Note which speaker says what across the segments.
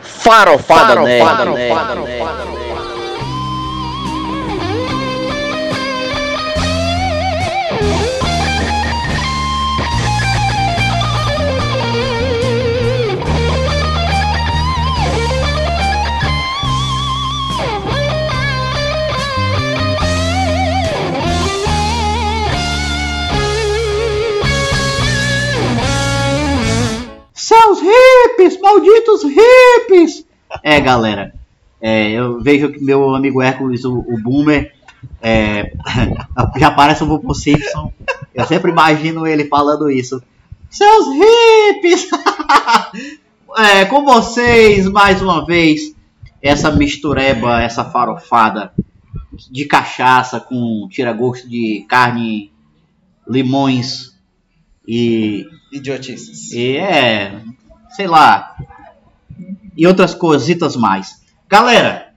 Speaker 1: Farofada, nerd.
Speaker 2: Seus hippies, malditos hippies! É, galera, é, eu vejo que meu amigo Hércules, o, o Boomer, é, já parece um Vupo Simpson. Eu sempre imagino ele falando isso. Seus hippies! É, com vocês, mais uma vez, essa mistureba, essa farofada de cachaça com tira-gosto de carne, limões e
Speaker 3: Idiotices.
Speaker 2: e é, sei lá, e outras cositas mais. Galera,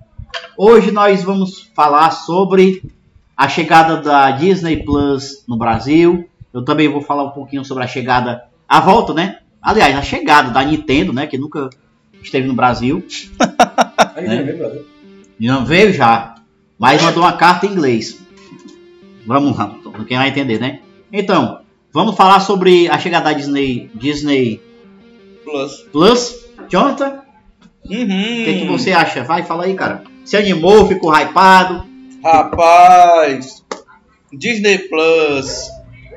Speaker 2: hoje nós vamos falar sobre a chegada da Disney Plus no Brasil. Eu também vou falar um pouquinho sobre a chegada, a volta, né? Aliás, a chegada da Nintendo, né? Que nunca esteve no Brasil. né? Não veio já, mas mandou uma carta em inglês. Vamos lá, quem vai entender, né? Então, vamos falar sobre a chegada da Disney, Disney
Speaker 3: Plus. Uhum.
Speaker 2: Plus. Jonathan, o que, que
Speaker 3: Hum.
Speaker 2: você acha? Vai, fala aí, cara. Se animou, ficou hypado.
Speaker 3: Rapaz, Disney Plus,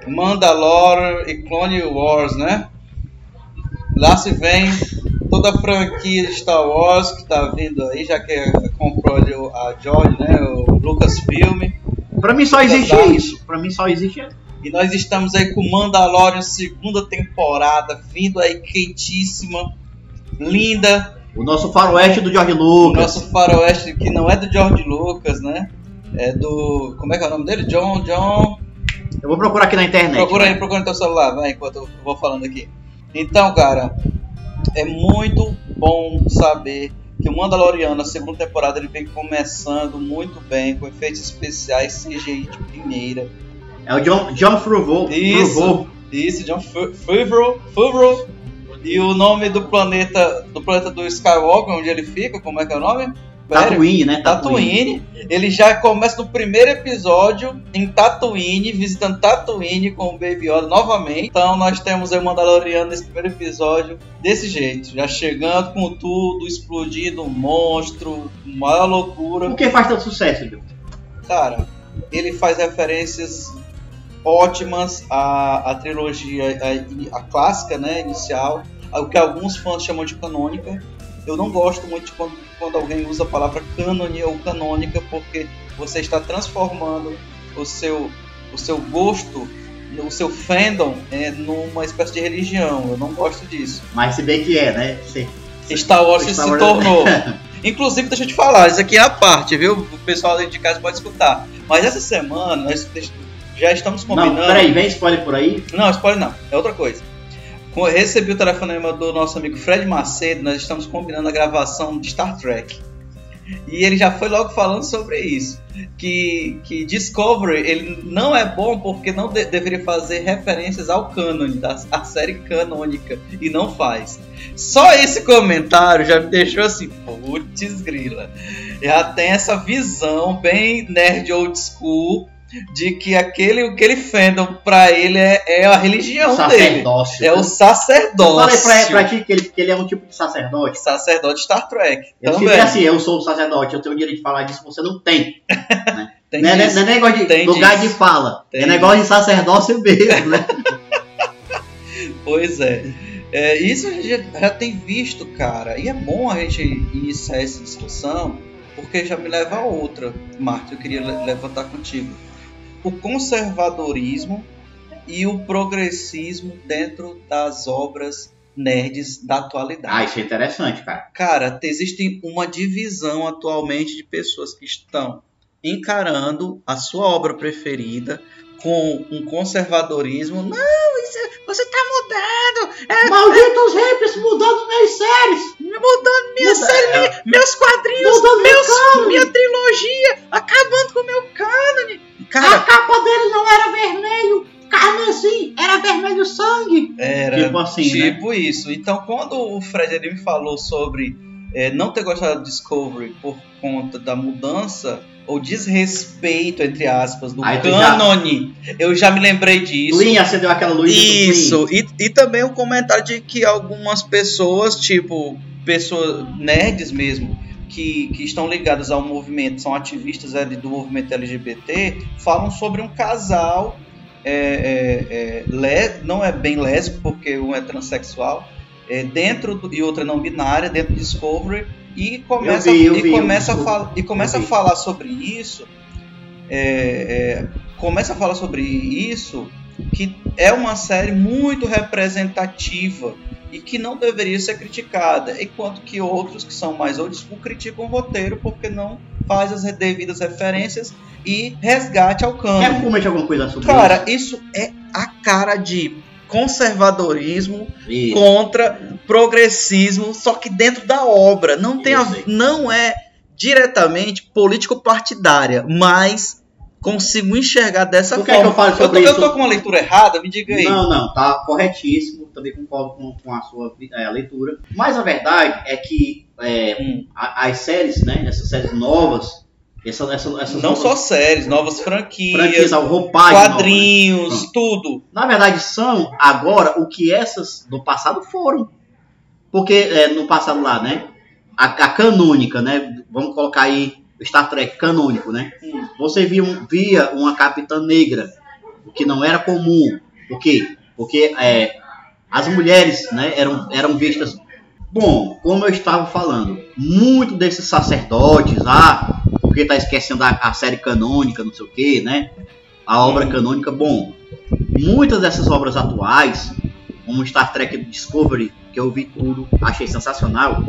Speaker 3: Mandalore e Clone Wars, né? Lá se vem toda a franquia de Star Wars que tá vindo aí, já que comprou ali o- a George, né? O Lucasfilm.
Speaker 2: Pra mim só existe
Speaker 3: Verdade.
Speaker 2: isso. Pra mim só existe.
Speaker 3: E nós estamos aí com Mandalorian, segunda temporada, vindo aí quentíssima, linda,
Speaker 2: O nosso faroeste do George
Speaker 3: o
Speaker 2: Lucas.
Speaker 3: nosso faroeste que não é do George Lucas, né? É do. Como é que é o nome dele? John, John.
Speaker 2: Eu vou procurar aqui na internet.
Speaker 3: Procura aí,
Speaker 2: né?
Speaker 3: procura no teu celular, vai, enquanto eu vou falando aqui. Então, cara, é muito bom saber que o Mandaloriano, a segunda temporada, ele vem começando muito bem, com efeitos especiais, CGI de primeira.
Speaker 2: É o John, John Favreau.
Speaker 3: Isso.
Speaker 2: Favreau.
Speaker 3: Isso, John Fa- Favreau, Favreau. E o nome do planeta, do planeta do Skywalker, onde ele fica, como é que é o nome? Império?
Speaker 2: Tatooine, né?
Speaker 3: Tatooine. Ele já começa no primeiro episódio em Tatooine, visitando Tatooine com o Baby Yoda novamente. Então nós temos aí o Mandaloriano nesse primeiro episódio desse jeito, já chegando com tudo, explodindo um monstro, maior loucura.
Speaker 2: Por que faz tanto sucesso, Bill?
Speaker 3: Cara, ele faz referências ótimas à, à trilogia à, à clássica, né, inicial, ao que alguns fãs chamam de canônica. Eu não gosto muito de quando, quando alguém usa a palavra cânone ou canônica, porque você está transformando o seu, o seu gosto, o seu fandom, é, numa espécie de religião. Eu não gosto disso.
Speaker 2: Mas se bem que é, né? Se-
Speaker 3: Star Wars
Speaker 2: Star
Speaker 3: se
Speaker 2: Wars-
Speaker 3: tornou. Inclusive, deixa eu te falar, isso aqui é a parte, viu? O pessoal aí de casa pode escutar. Mas essa semana nós te- já estamos
Speaker 2: Não,
Speaker 3: combinando.
Speaker 2: peraí, vem spoiler por aí.
Speaker 3: Não, spoiler não, é outra coisa. Com- Recebi o telefonema do nosso amigo Fred Macedo, nós estamos combinando a gravação de Star Trek. E ele já foi logo falando sobre isso. Que, que Discovery ele não é bom porque não de- deveria fazer referências ao cânone, da à série canônica, e não faz. Só esse comentário já me deixou assim, putz grila. Já tem essa visão bem nerd old school de que aquele, aquele fandom pra ele é, é a religião dele.
Speaker 2: Sacerdócio.
Speaker 3: É o
Speaker 2: Eu
Speaker 3: sacerdócio.
Speaker 2: falei pra, pra ti que ele, que ele é um tipo de sacerdote.
Speaker 3: Sacerdote Star Trek.
Speaker 2: Eu
Speaker 3: também.
Speaker 2: também. assim, eu sou o sacerdote, eu tenho o direito de falar disso, você não tem.
Speaker 3: Tem
Speaker 2: não, é,
Speaker 3: disso.
Speaker 2: não é negócio de
Speaker 3: Tem
Speaker 2: lugar
Speaker 3: disso.
Speaker 2: de fala,
Speaker 3: Tem
Speaker 2: é negócio de sacerdócio mesmo, né?
Speaker 3: Pois é. É, Isso a gente já- já tem visto, cara. E é bom a gente iniciar essa discussão, porque já me leva a outra, Marta, eu queria le- levantar contigo. O conservadorismo e o progressismo dentro das obras nerds da atualidade.
Speaker 2: Ah, isso é interessante, cara.
Speaker 3: Cara, te- existe uma divisão atualmente de pessoas que estão encarando a sua obra preferida com um conservadorismo. Não, isso é- você tá mudado!
Speaker 2: Malditos hippies mudando minhas séries!
Speaker 3: Mudando minha
Speaker 2: Muda- é.
Speaker 3: série, minha- meus quadrinhos,
Speaker 2: Mudando meu
Speaker 3: meus,
Speaker 2: cânone.
Speaker 3: minha trilogia, acabando com o meu cânone! Cara,
Speaker 2: capa dele não era vermelho, carmesim, era vermelho sangue!
Speaker 3: era
Speaker 2: Tipo assim, né?
Speaker 3: Tipo isso. Então, quando o Fred ele me falou sobre eh, não ter gostado do Discovery por conta da mudança ou desrespeito, entre aspas, do
Speaker 2: Aí tu já-
Speaker 3: cânone, eu já me lembrei disso.
Speaker 2: Lin acendeu aquela luz do
Speaker 3: Isso, e, e também o comentário de que algumas pessoas, tipo, pessoas nerds mesmo, que, que estão ligadas ao movimento, são ativistas ali do movimento LGBT, falam sobre um casal, é, é, é, lé- não é bem lésbico, porque um é transexual, é, dentro do- e outra é não binária, dentro do Discovery, e começa,
Speaker 2: vi, eu
Speaker 3: e
Speaker 2: vi, eu
Speaker 3: começa, a,
Speaker 2: vi.
Speaker 3: fal- e começa a
Speaker 2: vi.
Speaker 3: falar sobre isso. é, é, começa a falar sobre isso que é uma série muito representativa e que não deveria ser criticada, enquanto que outros que são mais old school criticam o roteiro porque não faz as devidas referências e resgate ao
Speaker 2: Quer
Speaker 3: cano.
Speaker 2: comentar alguma coisa sobre
Speaker 3: Cara, isso é a cara de conservadorismo
Speaker 2: isso? Isso.
Speaker 3: contra progressismo, só que dentro da obra. Não, tem a-
Speaker 2: Isso aí.
Speaker 3: não é diretamente político-partidária, mas consigo enxergar dessa
Speaker 2: Tu quer
Speaker 3: forma.
Speaker 2: que eu fale sobre
Speaker 3: tô, eu
Speaker 2: isso?
Speaker 3: tô com uma leitura errada, me diga aí.
Speaker 2: Não, não, tá corretíssimo. Também concordo com, com a sua é, leitura. Mas a verdade é que é,
Speaker 3: Hum.
Speaker 2: a- as séries, né? Essas séries novas, essa, essa, essas
Speaker 3: Não
Speaker 2: novas
Speaker 3: só séries, novas franquias,
Speaker 2: franquias, a roupagem nova, né?
Speaker 3: quadrinhos,
Speaker 2: Pronto.
Speaker 3: tudo.
Speaker 2: na verdade, são agora o que essas do passado foram. Porque é, no passado lá, né? A, a canônica, né? Vamos colocar aí Star Trek canônico, né?
Speaker 3: Hum.
Speaker 2: Você via, um- via uma capitã negra, o que não era comum. Por quê? Porque é, as mulheres né, eram, eram vistas. Bom, como eu estava falando, muito desses sacerdotes, ah, porque tá esquecendo a, a série canônica, não sei o quê, né? A obra canônica, bom, muitas dessas obras atuais, como Star Trek Discovery, que eu vi tudo, achei sensacional.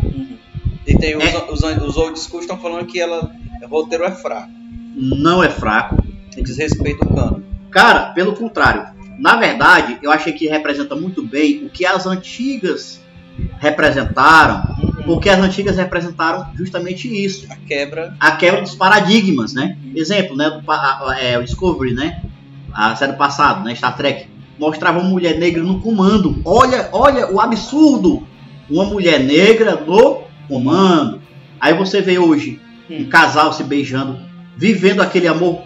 Speaker 3: E tem os,
Speaker 2: É.
Speaker 3: os, os old school estão falando que ela, o roteiro é fraco,
Speaker 2: Não é fraco,
Speaker 3: e desrespeita o cano.
Speaker 2: Cara, pelo contrário. Na verdade, eu achei que representa muito bem o que as antigas representaram, porque as antigas representaram justamente isso,
Speaker 3: A quebra.
Speaker 2: a quebra dos paradigmas, né? Exemplo, né, do, pa- a- é, o Discovery, né? A série passada, né, Star Trek, mostrava uma mulher negra no comando. Olha, olha o absurdo. Uma mulher negra no comando. Aí você vê hoje um
Speaker 3: Hum.
Speaker 2: casal se beijando, vivendo aquele amor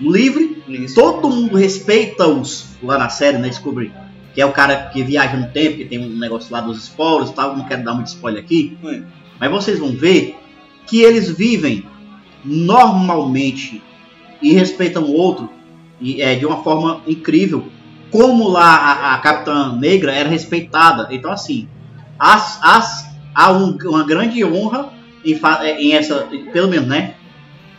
Speaker 2: livre
Speaker 3: Isso.
Speaker 2: todo mundo respeita-os lá na série, né? Descobri. Que é o cara que viaja no tempo, que tem um negócio lá dos spoilers e tal. Não quero dar muito spoiler aqui.
Speaker 3: É.
Speaker 2: Mas vocês vão ver que eles vivem normalmente e respeitam o outro e, é, de uma forma incrível. Como lá a, a Capitã Negra era respeitada. Então, assim, as- as- há um- uma grande honra em, fa- é, em essa, pelo menos, né?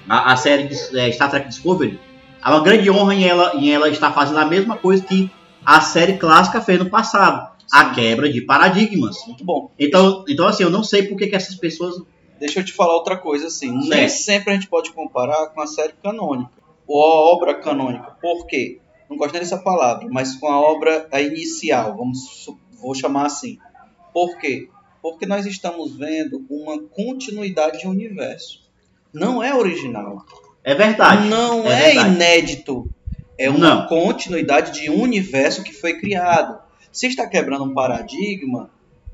Speaker 2: A, a série de, é, Star Trek Discovery é uma grande honra em ela, em ela estar fazendo a mesma coisa que a série clássica fez no passado. A quebra de paradigmas.
Speaker 3: Muito bom.
Speaker 2: Então, então assim, eu não sei por que, que essas pessoas.
Speaker 3: Deixa eu te falar outra coisa, assim.
Speaker 2: Sim.
Speaker 3: Nem sempre a gente pode comparar com a série canônica. Ou a obra canônica. Por quê? Não gosto nem dessa palavra, mas com a obra a inicial, vamos, su- vou chamar assim. Por quê? Porque nós estamos vendo uma continuidade de universo. Não é original.
Speaker 2: É verdade.
Speaker 3: Não
Speaker 2: É
Speaker 3: é,
Speaker 2: verdade.
Speaker 3: inédito. É uma
Speaker 2: Não.
Speaker 3: continuidade de um universo que foi criado. Se está quebrando um paradigma,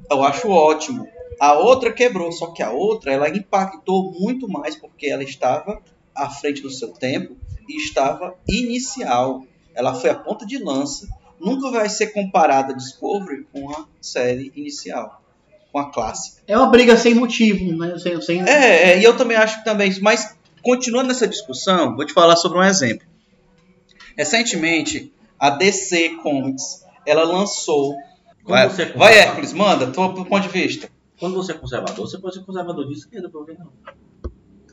Speaker 3: eu acho ótimo. A outra quebrou, só que a outra ela impactou muito mais porque ela estava à frente do seu tempo e estava inicial. Ela foi a ponta de lança. Nunca vai ser comparada Discovery com a série inicial, com a clássica.
Speaker 2: É uma briga sem motivo, né? Sem, sem...
Speaker 3: É, é, e eu também acho que também. isso. Mas, continuando essa discussão, vou te falar sobre um exemplo. Recentemente, a DC Comics, ela lançou...
Speaker 4: Como
Speaker 3: Vai,
Speaker 4: você é
Speaker 3: vai,
Speaker 4: conservador?
Speaker 3: Hércules, manda, tô, do ponto de vista.
Speaker 4: Quando você é conservador, você pode ser conservador de esquerda, por que não?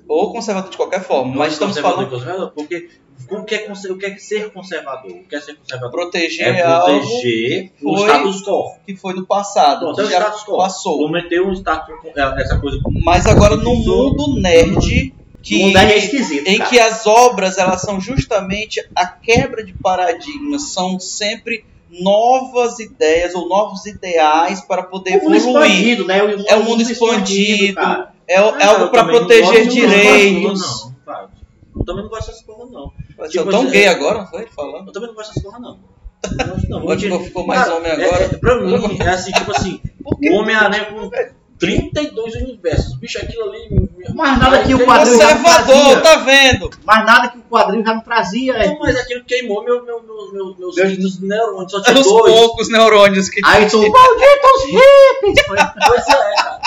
Speaker 3: Ou conservador de qualquer forma, mas estamos
Speaker 4: Conservador
Speaker 3: falando...
Speaker 4: de conservador, porque o que é, conser- o que é ser conservador? O que é ser conservador?
Speaker 3: Proteger,
Speaker 4: É
Speaker 3: algo
Speaker 4: proteger o
Speaker 3: foi-
Speaker 4: status quo.
Speaker 3: que foi no passado.
Speaker 4: Pronto, é o
Speaker 3: que já
Speaker 4: status quo.
Speaker 3: passou.
Speaker 4: Cometeu um status quo, é, essa coisa.
Speaker 3: Mas agora no mundo nerd que
Speaker 2: O mundo é esquisito.
Speaker 3: em
Speaker 2: cara.
Speaker 3: que as obras elas são justamente a quebra de paradigmas, são sempre novas ideias ou novos ideais para poder
Speaker 4: É um
Speaker 2: o mundo
Speaker 3: evoluir.
Speaker 2: expandido, né? O-
Speaker 3: É o mundo expandido, É, o- é algo para proteger direitos. assim,
Speaker 4: Não, cara. Eu também não gosto dessas porra, não.
Speaker 3: Eu
Speaker 4: Tipo, um
Speaker 3: tão
Speaker 4: você-
Speaker 3: gay agora, não foi? ele Falando.
Speaker 4: Eu também não gosto dessas porra, não. Eu não gosto, não.
Speaker 3: Agora
Speaker 4: Hoje-
Speaker 3: que ficou mais
Speaker 4: Cara,
Speaker 3: homem
Speaker 4: é-
Speaker 3: agora.
Speaker 4: é- pra mim, é assim, tipo assim,
Speaker 3: Por
Speaker 4: o Homem-Aranha com 32 universos. Bicho, aquilo ali.
Speaker 2: Mas nada que o
Speaker 4: Tem
Speaker 2: quadrinho já não
Speaker 3: Conservador,
Speaker 2: trazia.
Speaker 3: tá vendo?
Speaker 2: Mas nada que o quadrinho já não trazia. é.
Speaker 3: É.
Speaker 4: Não, mas aquilo queimou meu, meu, meu, meu, meus
Speaker 2: Deus.
Speaker 4: filhos neurônios, só
Speaker 3: É
Speaker 4: tinha
Speaker 3: os
Speaker 4: dois.
Speaker 3: poucos neurônios que
Speaker 2: Aí tu, malditos hippies! Foi-
Speaker 4: Pois é, cara.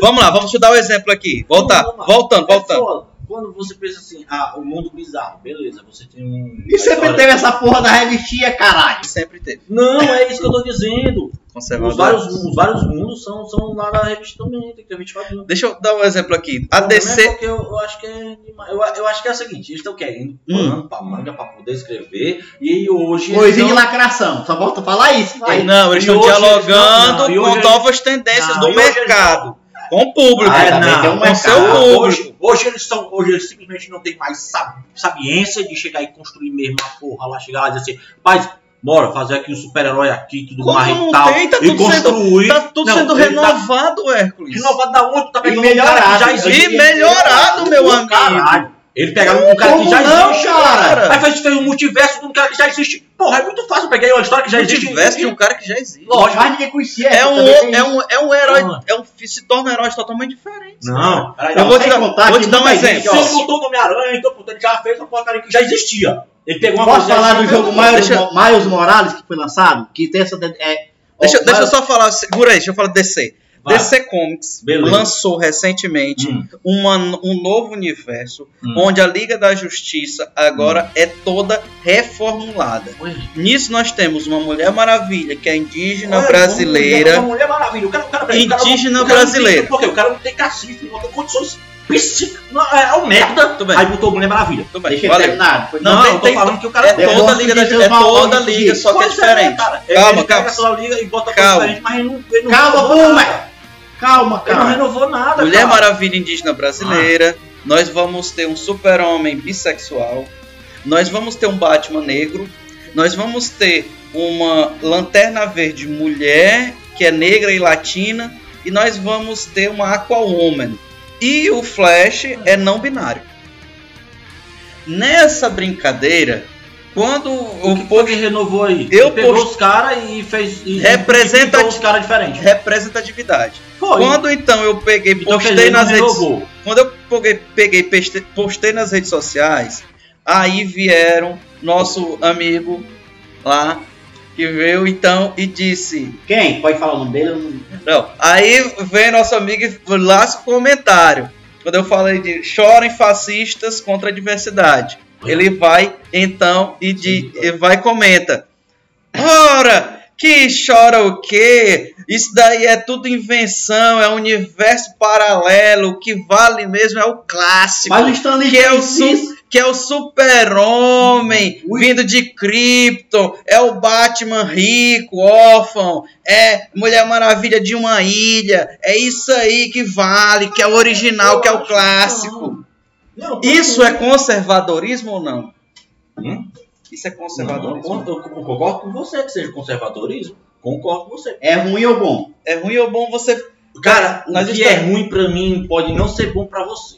Speaker 3: Vamos lá, vamos te dar um exemplo aqui. Voltar,
Speaker 4: Vamos lá.
Speaker 3: voltando,
Speaker 4: É
Speaker 3: voltando.
Speaker 4: foda. Quando você pensa assim, ah, o mundo bizarro, beleza, você tem um.
Speaker 2: E
Speaker 3: é
Speaker 2: sempre
Speaker 4: uma
Speaker 2: teve essa porra da revistinha, caralho.
Speaker 3: Sempre teve.
Speaker 4: história. Não, é isso que eu tô dizendo.
Speaker 3: é
Speaker 4: Os vários,
Speaker 3: Conservador.
Speaker 4: os vários mundos são, são lá na revista também, tem que ter 24 minutos.
Speaker 3: Deixa eu dar um exemplo aqui. A
Speaker 4: O problema é
Speaker 3: DC.
Speaker 4: porque eu, eu acho que é demais. eu, eu acho que é o seguinte, eles estão querendo
Speaker 2: Hum.
Speaker 4: pano pra manga pra poder escrever, e hoje. eles
Speaker 2: Coisinha de
Speaker 4: tão-
Speaker 2: lacração. Só volta a falar isso. vai.
Speaker 3: Não, eles
Speaker 4: E
Speaker 3: estão
Speaker 4: hoje eles-
Speaker 3: dialogando
Speaker 4: não, e
Speaker 3: com
Speaker 4: hoje eles-
Speaker 3: novas tendências
Speaker 4: Não,
Speaker 3: do
Speaker 4: Ah, e hoje eles-
Speaker 3: mercado. Com o público.
Speaker 2: Ah,
Speaker 4: Ah,
Speaker 2: também
Speaker 4: não,
Speaker 2: tem um
Speaker 4: com
Speaker 2: mercado.
Speaker 4: seu
Speaker 3: Hoje-
Speaker 4: Hoje, hoje eles são, hoje eles simplesmente não têm mais sab- sabiência de chegar e construir mesmo a porra lá, chegar lá e dizer assim, paz, bora fazer aqui um super-herói aqui, tudo
Speaker 3: Como
Speaker 4: mais
Speaker 3: não
Speaker 4: e tal.
Speaker 3: tem? Tá
Speaker 4: e
Speaker 3: tudo sendo-
Speaker 4: construir.
Speaker 3: Tá tudo
Speaker 4: Não,
Speaker 3: sendo
Speaker 4: ele tá
Speaker 3: renovado, Hércules.
Speaker 4: Renovado da onde? Tá pegando
Speaker 2: E
Speaker 4: um cara que
Speaker 2: melhorado.
Speaker 4: já
Speaker 3: E
Speaker 4: existe.
Speaker 3: melhorado, meu amigo.
Speaker 2: Caralho.
Speaker 4: Ele pegava um cara que
Speaker 2: Como
Speaker 4: já
Speaker 2: não,
Speaker 4: existe.
Speaker 2: cara?
Speaker 4: Aí fez fez um multiverso de um cara que já existe. Porra, é muito fácil pegar uma história que já existe.
Speaker 3: Multiverso de um cara que já existe.
Speaker 2: Lógico, mas ninguém conhecia. né?
Speaker 3: É um,
Speaker 2: também tem
Speaker 3: é um, é um herói.
Speaker 4: Ah.
Speaker 3: É um, se torna um herói totalmente diferente.
Speaker 4: Não.
Speaker 2: isso.
Speaker 3: Eu vou te
Speaker 2: Sem
Speaker 3: dar,
Speaker 2: contar
Speaker 3: vou
Speaker 2: que
Speaker 3: te dar um
Speaker 2: muita gente,
Speaker 3: exemplo.
Speaker 4: Se ele botou o Homem-Aranha, então puta, ele já fez uma porcaria que já existia. Ele pegou uma
Speaker 2: Posso
Speaker 4: coisa assim,
Speaker 2: falar
Speaker 4: que
Speaker 2: do
Speaker 4: já
Speaker 2: jogo
Speaker 4: existia.
Speaker 2: Miles,
Speaker 3: Deixa-
Speaker 2: Mo- Miles Morales que foi lançado? Que tem essa. É,
Speaker 3: Deixa,
Speaker 2: ó,
Speaker 3: deixa eu
Speaker 2: Miles-
Speaker 3: só falar, segura aí, deixa eu falar do DC.
Speaker 4: Vai.
Speaker 3: DC Comics
Speaker 4: Beleza.
Speaker 3: lançou recentemente
Speaker 4: Hum.
Speaker 3: uma- um novo universo
Speaker 4: Hum.
Speaker 3: onde a Liga da Justiça agora é toda reformulada.
Speaker 4: Ué.
Speaker 3: Nisso nós temos uma Mulher Maravilha que é indígena
Speaker 4: Olha,
Speaker 3: brasileira.
Speaker 4: uma mulher maravilha. O cara, o cara, o cara-
Speaker 3: Indígena
Speaker 4: o cara não tem-
Speaker 3: brasileira.
Speaker 4: Porque o cara não tem cacife, não tem condições psíquicas. não, É, é um merda.
Speaker 3: Tudo bem.
Speaker 4: Aí botou Mulher Maravilha.
Speaker 3: Tudo bem,
Speaker 2: Deixa ele
Speaker 3: valeu.
Speaker 2: terminar. Foi-
Speaker 3: Não,
Speaker 4: Não,
Speaker 3: tem,
Speaker 4: eu tô
Speaker 3: tem,
Speaker 4: falando que o cara
Speaker 3: é
Speaker 4: tem
Speaker 3: toda a
Speaker 2: voz
Speaker 3: Liga da
Speaker 2: de
Speaker 3: Justiça. É
Speaker 2: Deus
Speaker 3: toda a
Speaker 2: maldito.
Speaker 3: Liga, só que é
Speaker 4: Pois é,
Speaker 3: diferente.
Speaker 4: cara.
Speaker 3: Calma,
Speaker 4: ele
Speaker 3: calma.
Speaker 4: Pega sua liga e bota
Speaker 3: Calma.
Speaker 4: coisa diferente, mas ele não, ele não
Speaker 2: Calma,
Speaker 4: renovou
Speaker 2: Puma.
Speaker 4: nada.
Speaker 2: Calma,
Speaker 4: Ele É, não
Speaker 2: cara.
Speaker 4: renovou nada.
Speaker 3: Mulher
Speaker 4: cara.
Speaker 3: Maravilha indígena brasileira.
Speaker 4: Ah.
Speaker 3: Nós vamos ter um super-homem bissexual. Nós vamos ter um Batman negro. Nós vamos ter uma lanterna verde mulher, que é negra e latina. E nós vamos ter uma Aquawoman. E o Flash é não binário. Nessa brincadeira, quando
Speaker 4: O
Speaker 3: o
Speaker 4: que foi
Speaker 3: povo
Speaker 4: que renovou aí?
Speaker 3: Eu
Speaker 4: Ele pegou
Speaker 3: post-
Speaker 4: os caras e fez. E,
Speaker 3: Representati-
Speaker 4: e pintou os caras diferentes.
Speaker 3: representatividade.
Speaker 4: Foi.
Speaker 3: Quando então eu peguei, e
Speaker 4: então, quer
Speaker 3: postei
Speaker 4: dizer,
Speaker 3: nas
Speaker 4: não
Speaker 3: redes
Speaker 4: renovou.
Speaker 3: Quando eu peguei, peguei, peste- postei nas redes sociais, aí vieram nosso amigo lá que veio então e disse,
Speaker 2: Quem? Pode falar o nome dele? eu não-
Speaker 3: não, aí vem nosso amigo e lasca o comentário. Quando eu falei de chorem fascistas contra a diversidade. Ele vai então e, de, e vai e comenta. Ora, que chora o quê? Isso daí é tudo invenção, é um universo paralelo. O que vale mesmo é o clássico.
Speaker 2: Mas o Stanley
Speaker 3: Que é o
Speaker 2: fez isso.
Speaker 3: que é o super-homem vindo de Krypton, é o Batman rico, órfão, é Mulher Maravilha de uma ilha, é isso aí que vale, que é o original, que é o clássico.
Speaker 4: Não, porque-
Speaker 3: Isso é conservadorismo ou não?
Speaker 4: Hum?
Speaker 3: Isso é
Speaker 4: Não, eu,
Speaker 3: conservadorismo?
Speaker 4: eu- eu concordo com você que seja conservadorismo. Concordo com você.
Speaker 2: É ruim ou bom?
Speaker 3: É ruim ou bom você...
Speaker 4: Cara, o
Speaker 3: Nós
Speaker 4: que é
Speaker 3: estamos-
Speaker 4: ruim pra mim pode não ser bom pra você.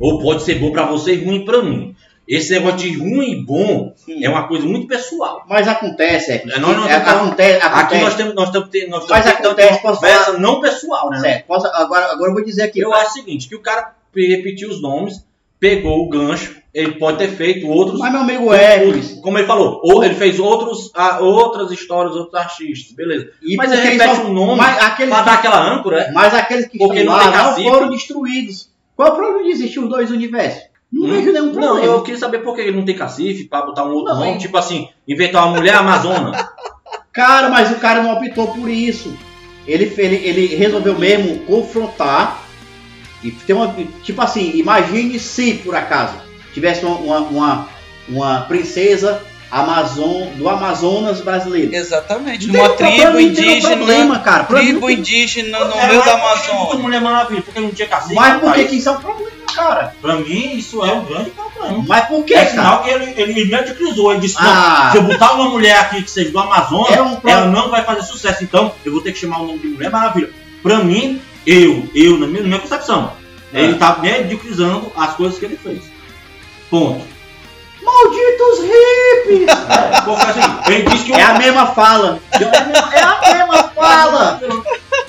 Speaker 4: Ou pode ser bom pra você e ruim pra mim. Esse negócio de ruim e bom é uma coisa muito pessoal.
Speaker 2: Mas acontece, é.
Speaker 4: É, nós não
Speaker 2: é,
Speaker 4: tentamos-
Speaker 2: acontece,
Speaker 4: Aqui
Speaker 2: acontece.
Speaker 4: nós temos, nós temos, te- nós
Speaker 2: Mas
Speaker 4: temos tentando
Speaker 2: acontece,
Speaker 4: ter uma
Speaker 2: posso
Speaker 4: conversa não pessoal, né?
Speaker 2: Certo, posso- agora, agora eu vou dizer aqui.
Speaker 4: Eu acho o seguinte, que o cara repetiu os nomes, pegou o gancho, ele pode ter feito outros.
Speaker 2: Mas é. meu amigo Hércules.
Speaker 4: Como ele falou, ou ele fez outros, ah, outras histórias, outros artistas, beleza.
Speaker 2: E
Speaker 4: Mas
Speaker 2: por
Speaker 4: ele
Speaker 2: que
Speaker 4: repete
Speaker 2: só-
Speaker 4: o nome
Speaker 2: mas aqueles,
Speaker 4: Pra dar aquela âncora, é?
Speaker 2: mas aqueles que
Speaker 4: Porque
Speaker 2: estão
Speaker 4: não
Speaker 2: lá
Speaker 4: tem
Speaker 2: não
Speaker 4: cacique.
Speaker 2: foram destruídos. Qual é o problema de existir os dois universos? Não
Speaker 4: Hum?
Speaker 2: vejo nenhum
Speaker 4: Não,
Speaker 2: problema.
Speaker 4: eu queria saber por que ele não tem cacife pra botar um outro
Speaker 2: Não,
Speaker 4: nome,
Speaker 2: é-
Speaker 4: tipo assim, inventar uma mulher amazona.
Speaker 2: Cara, mas o cara não optou por isso. Ele, fe- ele, ele resolveu mesmo confrontar. E tem uma. Tipo assim, imagine se por acaso tivesse uma, uma, uma, uma princesa Amazon, do Amazonas brasileiro.
Speaker 3: Exatamente,
Speaker 2: Não tem
Speaker 3: numa
Speaker 2: um problema,
Speaker 3: tribo
Speaker 2: não tem um
Speaker 3: indígena,
Speaker 2: problema, cara. Pra mim não
Speaker 3: tribo
Speaker 2: tem-
Speaker 3: indígena no
Speaker 4: É,
Speaker 3: meio
Speaker 4: mas
Speaker 3: da
Speaker 4: por que que
Speaker 3: Amazônia.
Speaker 4: Mulher Maravilha, porque não tinha cacete.
Speaker 2: Mas
Speaker 4: no
Speaker 2: por que
Speaker 4: país?
Speaker 2: que isso é um problema, cara?
Speaker 4: Pra mim, isso é um grande problema.
Speaker 2: Mas por que,
Speaker 4: É
Speaker 2: cara?
Speaker 4: sinal que ele, ele me mediocrizou. Ele disse:
Speaker 2: Ah.
Speaker 4: não, se eu botar uma mulher aqui que seja do Amazonas,
Speaker 2: É um pro-
Speaker 4: ela não vai fazer sucesso. Então, eu vou ter que chamar o nome de Mulher Maravilha. Pra mim, eu, eu, na minha, na minha concepção,
Speaker 2: É.
Speaker 4: ele tá mediocrizando as coisas que ele fez. Ponto.
Speaker 2: Malditos hippies!
Speaker 4: Qual foi assim? Ele disse que o.
Speaker 2: É a mesma fala. É a mesma, é a mesma fala.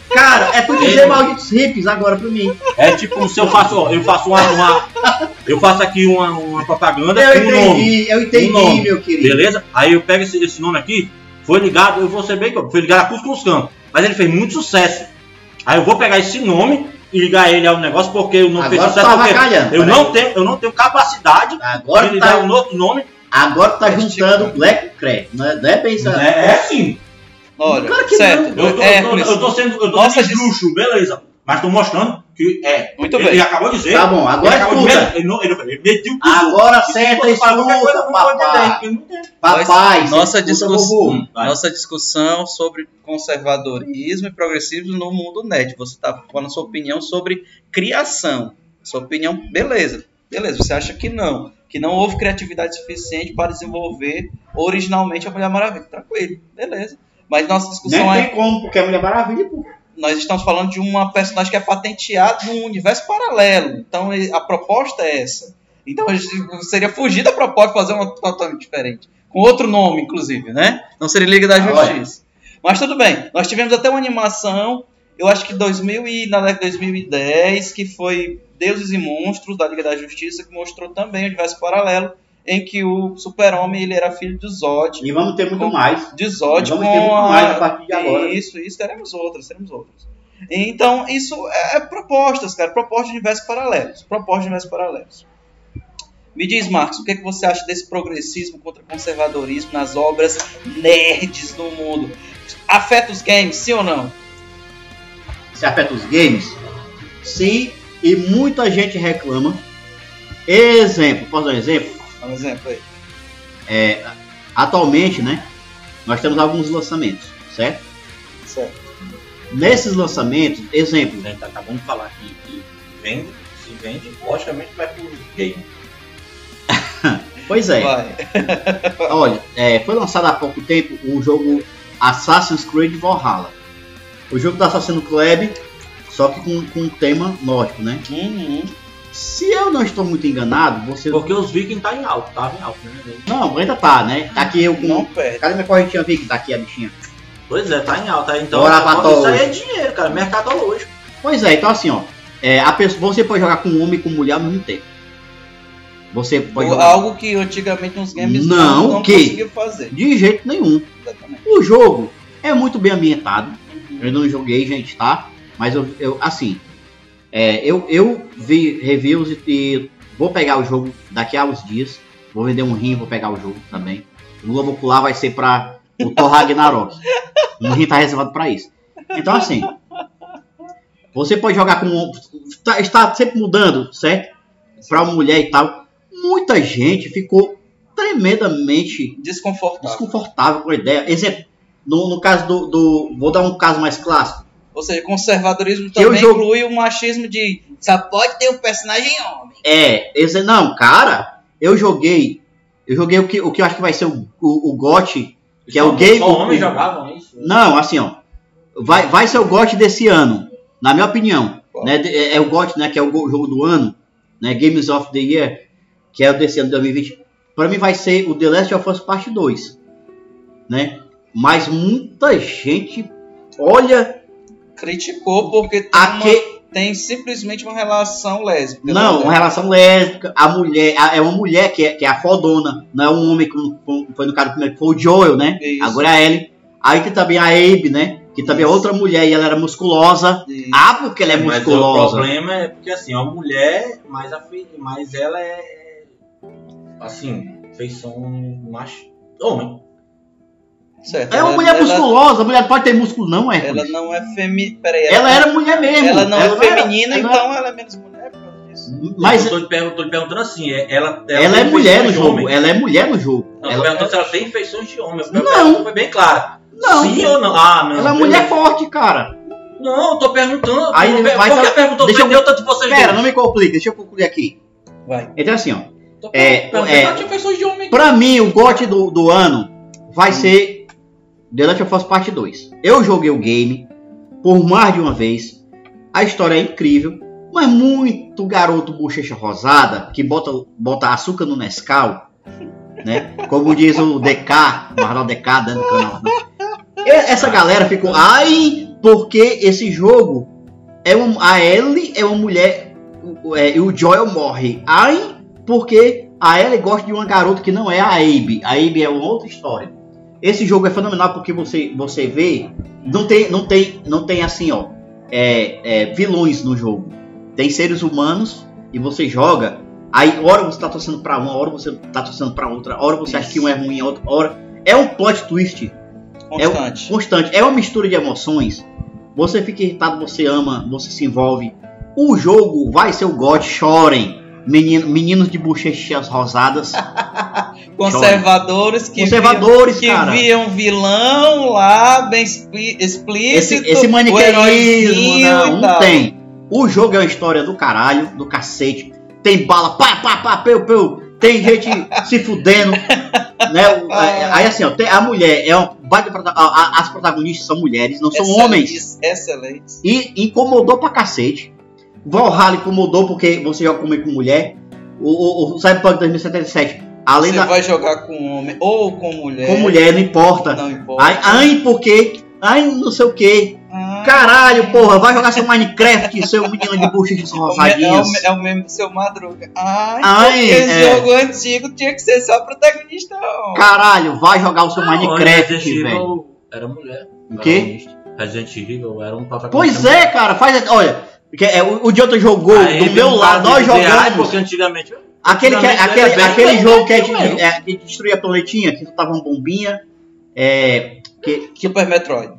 Speaker 2: Cara, é tu dizer malditos hippies agora pra mim.
Speaker 4: É tipo, se eu faço, ó, eu faço uma, uma- Eu faço aqui uma, uma propaganda
Speaker 2: Eu
Speaker 4: com o nome.
Speaker 2: entendi, eu entendi,
Speaker 4: Um nome.
Speaker 2: meu querido.
Speaker 4: Beleza? Aí eu pego esse, esse nome aqui, foi ligado, eu vou ser bem, foi ligado a Cuscus Campos, mas ele fez muito sucesso. Aí eu vou pegar esse nome e ligar ele ao negócio porque o nome fez
Speaker 2: Agora tu
Speaker 4: sucesso.
Speaker 2: tá
Speaker 4: porque
Speaker 2: avacalhando.
Speaker 4: eu
Speaker 2: peraí.
Speaker 4: não tenho, eu não tenho capacidade
Speaker 2: Agora
Speaker 4: de
Speaker 2: tu
Speaker 4: ligar um
Speaker 2: tá,
Speaker 4: outro nome.
Speaker 2: agora tu tá
Speaker 3: É
Speaker 2: juntando
Speaker 3: tipo-
Speaker 2: Black com Crack. Não é, não é bem isso.
Speaker 4: É, é sim.
Speaker 3: Olha,
Speaker 2: Claro que
Speaker 3: certo,
Speaker 4: Eu tô,
Speaker 3: é,
Speaker 4: eu tô- eu tô sendo, eu tô
Speaker 3: Nossa,
Speaker 4: sendo
Speaker 3: disse-
Speaker 4: luxo, beleza? Mas tô mostrando que é.
Speaker 3: muito
Speaker 4: ele, ele
Speaker 3: bem.
Speaker 4: acabou de dizer.
Speaker 2: Tá bom,
Speaker 4: Ele
Speaker 2: agora
Speaker 4: acabou de
Speaker 2: escuta.
Speaker 4: dizer. Ele, não- ele, ele metiu tudo.
Speaker 2: Agora
Speaker 4: E se
Speaker 2: senta e
Speaker 4: fosse falar qualquer
Speaker 2: escuta,
Speaker 4: coisa, eu não vou
Speaker 2: papai.
Speaker 4: entender, porque não tem.
Speaker 2: Papai,
Speaker 3: nossa,
Speaker 2: você escuta,
Speaker 3: discuss-
Speaker 2: vovô.
Speaker 4: Hum, vai.
Speaker 3: nossa discussão sobre conservadorismo e progressismo no mundo net. Você está falando sua opinião sobre criação. Sua opinião, beleza. Beleza, você acha que não. Que não houve criatividade suficiente para desenvolver originalmente a Mulher Maravilha. Tranquilo, beleza. Mas nossa
Speaker 2: Nem
Speaker 3: discussão é.
Speaker 2: tem como, porque a Mulher Maravilha, pô.
Speaker 3: nós estamos falando de uma personagem que é patenteada num universo paralelo. Então e- a proposta é essa. Então a gente- seria fugir da proposta fazer uma totalmente diferente. Com outro nome, inclusive, né? Não seria Liga da
Speaker 2: Ah,
Speaker 3: Justiça. Mas tudo bem. Nós tivemos até uma animação, eu acho que 2000 e, na década de 2010, que foi Deuses e Monstros da Liga da Justiça, que mostrou também o universo paralelo, em que o super-homem ele era filho do Zod.
Speaker 2: E vamos ter muito
Speaker 3: Com-
Speaker 2: mais.
Speaker 3: De Zod
Speaker 2: Vamos
Speaker 3: com
Speaker 2: ter muito
Speaker 3: a-
Speaker 2: mais a partir de agora.
Speaker 3: Isso, isso, teremos outras, teremos outras. Então, isso é, é propostas, cara. Propostas de universos paralelos. Propostas de universos paralelos. Me diz, Marcos, o que, é que você acha desse progressismo contra o conservadorismo nas obras nerds do mundo? Afeta os games, sim ou não?
Speaker 2: Se afeta os games. Sim, e muita gente reclama. Exemplo, posso dar um exemplo?
Speaker 3: Dá um exemplo aí.
Speaker 2: Atualmente, né? Nós temos alguns lançamentos, certo?
Speaker 3: Certo.
Speaker 2: Nesses lançamentos, exemplo,
Speaker 4: né? Tá acabando de falar que, que vende, se vende, logicamente vai pro game.
Speaker 2: pois é,
Speaker 3: Vai.
Speaker 2: olha, é, foi lançado há pouco tempo o jogo Assassin's Creed Valhalla. O jogo tá do Assassino Club, só que com, com um tema nórdico, né?
Speaker 3: Uhum.
Speaker 2: Se eu não estou muito enganado, você.
Speaker 4: Porque os vikings tá em alto, tava em alto, né?
Speaker 2: Não, ainda tá, né? Tá aqui eu
Speaker 3: Não
Speaker 2: com.
Speaker 3: perde.
Speaker 2: Cadê minha correntinha Vic? Tá aqui a bichinha.
Speaker 4: Pois é, tá em alta. Então,
Speaker 2: Bora,
Speaker 4: isso aí
Speaker 2: Patológico.
Speaker 4: é dinheiro, cara, mercadológico.
Speaker 2: Pois é, então assim, ó. é, a pessoa, você pode jogar com homem e com mulher ao mesmo tempo. Você pode
Speaker 3: O-
Speaker 2: jogar
Speaker 3: Algo que antigamente nos games
Speaker 2: Não,
Speaker 3: não
Speaker 2: que-
Speaker 3: conseguiam fazer.
Speaker 2: de jeito nenhum.
Speaker 3: Exatamente.
Speaker 2: O jogo é muito bem ambientado. Eu não joguei, gente, tá? Mas eu, eu assim, é, eu, eu vi reviews e, e vou pegar o jogo daqui a uns dias. Vou vender um rim, vou pegar o jogo também. O Globo Pular vai ser pra o Thor Ragnarok. Um rim tá reservado pra isso. Então, assim, você pode jogar com. Tá, está sempre mudando, certo? Pra mulher e tal. Muita gente ficou tremendamente
Speaker 3: Desconfortável.
Speaker 2: desconfortável com a ideia. Exemplo, no, no caso do, do- Vou dar um caso mais clássico.
Speaker 3: Ou seja, conservadorismo
Speaker 2: Eu
Speaker 3: também
Speaker 2: jogo-
Speaker 3: inclui o machismo de só pode ter um personagem homem.
Speaker 2: É, esse, não, cara, eu joguei. Eu joguei o que, o que eu acho que vai ser o, o, o GOT, que é o game.
Speaker 4: Só homens
Speaker 2: o-
Speaker 4: jogavam né? isso.
Speaker 2: Não, assim, ó. Vai, vai ser o GOT desse ano, na minha opinião.
Speaker 3: Qual?
Speaker 2: Né, de- é, é o GOT, né? Que é o go- jogo do ano, né? Games of the Year, que é o desse ano de 2020. Pra mim vai ser o The Last of Us Part 2. Né? Mas muita gente olha
Speaker 3: Criticou porque tem, uma-
Speaker 2: Aque...
Speaker 3: tem simplesmente uma relação lésbica.
Speaker 2: Não,
Speaker 3: né?
Speaker 2: uma relação lésbica, a mulher, a- é uma mulher que é, que é a fodona, não é um homem como como foi no caso primeiro, que foi o Joel, né?
Speaker 3: Isso.
Speaker 2: Agora é a Ellie. Aí tem também a Abe, né? Que também é
Speaker 3: Isso.
Speaker 2: outra mulher e ela era musculosa.
Speaker 3: E-
Speaker 2: Ah, porque ela é
Speaker 4: mas o
Speaker 2: musculosa.
Speaker 4: problema é porque assim, é uma mulher, mas, a fe... mas ela é. Assim, feição macho. Homem.
Speaker 3: certo,
Speaker 2: É uma
Speaker 3: ela-
Speaker 2: mulher
Speaker 3: ela-
Speaker 2: musculosa, a mulher pode ter músculo, não é?
Speaker 3: Ela não é feminina. Peraí,
Speaker 2: Ela era mulher mesmo.
Speaker 3: Ela não é
Speaker 2: era-
Speaker 3: feminina,
Speaker 2: ela
Speaker 3: então ela é menos mulher. por causa disso. disso.
Speaker 2: Mas
Speaker 4: eu tô, te perguntando, tô te perguntando assim, é- ela,
Speaker 2: ela é
Speaker 4: tem
Speaker 2: mulher
Speaker 4: feições
Speaker 2: no
Speaker 4: de
Speaker 2: jogo.
Speaker 4: homem.
Speaker 2: Ela é mulher no jogo.
Speaker 4: Não,
Speaker 2: Ela- é
Speaker 4: tô perguntando se ela tem feições de homem.
Speaker 2: Não.
Speaker 4: Não. Foi bem claro.
Speaker 2: Não,
Speaker 4: Sim ou não? Ah, não.
Speaker 2: ela é mulher forte, cara.
Speaker 4: Não, eu tô perguntando.
Speaker 2: Aí
Speaker 4: Aí,
Speaker 2: ele
Speaker 4: por
Speaker 2: vai-
Speaker 4: que a pergunta
Speaker 2: Deixa eu-
Speaker 4: ofendeu tanto vocês
Speaker 2: Pera,
Speaker 4: dois?
Speaker 2: não me complica, deixa eu concluir aqui.
Speaker 3: Vai. um
Speaker 2: Então assim, ó.
Speaker 4: Tô
Speaker 2: é,
Speaker 4: perguntando
Speaker 2: é.
Speaker 4: se ela tinha feições de homem.
Speaker 2: Pra mim, o gote do, do ano vai ser The Last of Us Part 2. Eu joguei o game por mais de uma vez. A história é incrível. Mas muito garoto bochecha rosada que bota, bota açúcar no Nescau, né? Como diz o DK, o Arnaldo DK dando canal. né? E- Essa galera ficou, ai, porque esse jogo é um, a Ellie é uma mulher o- o- é, e o Joel morre. Ai, porque a Ellie gosta de uma garota que não é a Abe. A Abe é uma outra história. Esse jogo é fenomenal porque você, você vê, não tem, não tem, não tem assim, ó, é, é, vilões no jogo. Tem seres humanos e você joga. Aí, hora você tá torcendo pra uma, hora você tá torcendo pra outra, hora você acha que um é ruim, a outra hora. É um plot twist
Speaker 3: Constante.
Speaker 2: constante. É uma mistura de emoções. Você fica irritado, você ama, você se envolve. O jogo vai ser o God Chorem. Menino, meninos de bochechas rosadas.
Speaker 3: Conservadores que
Speaker 2: Conservadores,
Speaker 3: que
Speaker 2: cara.
Speaker 3: via um vilão lá, bem expli-
Speaker 2: Esse,
Speaker 3: explícito.
Speaker 2: esse
Speaker 3: o
Speaker 2: maniqueísmo, né? Um
Speaker 3: heróizinho
Speaker 2: não,
Speaker 3: e
Speaker 2: não
Speaker 3: tal.
Speaker 2: tem. O jogo é uma história do caralho, do cacete. Tem bala, pá, pá, pá, peu, peu. Tem gente se fudendo. Né? O- a- Aí assim, ó, tem- a mulher é uma, baita prota- a- a- as protagonistas são mulheres, não são homens.
Speaker 3: Excelentes, Excelentes.
Speaker 2: E incomodou pra cacete. Valhalla incomodou porque você joga comigo com mulher. O, o, o Cyberpunk 2077, além
Speaker 3: Você
Speaker 2: da.
Speaker 3: vai jogar com homem ou com mulher.
Speaker 2: Com mulher, não importa.
Speaker 3: Não importa.
Speaker 2: Ai, ai, por quê? Ai, não sei o quê.
Speaker 3: Ah,
Speaker 2: Caralho, porra, vai jogar seu Minecraft, seu menino de buchas
Speaker 3: é, o,
Speaker 2: rosadinhas.
Speaker 3: me- é o mesmo seu Madruga. Ai,
Speaker 2: Ai,
Speaker 3: porque esse
Speaker 2: é.
Speaker 3: jogo antigo tinha que ser só protagonista homem.
Speaker 2: Caralho, vai jogar o seu Minecraft,
Speaker 4: Resident Evil
Speaker 2: velho.
Speaker 4: Era mulher.
Speaker 2: O quê?
Speaker 4: Resident Evil era um protagonista.
Speaker 2: Pois é, cara, faz. Olha, que é, o, o Jonathan jogou
Speaker 4: Aí um tá
Speaker 2: do
Speaker 4: ele
Speaker 2: meu
Speaker 4: não
Speaker 2: lado,
Speaker 4: sabe
Speaker 2: nós
Speaker 4: dizer, "Ai,
Speaker 2: jogamos.
Speaker 4: Porque antigamente.
Speaker 2: Aquele, que- é
Speaker 4: Antigamente
Speaker 2: aquele,
Speaker 4: era
Speaker 2: aquele
Speaker 4: bem-
Speaker 2: jogo que, é de-
Speaker 4: mesmo.
Speaker 2: é, que destruía a planetinha, que soltava uma bombinha. É, que,
Speaker 3: Super Metroid.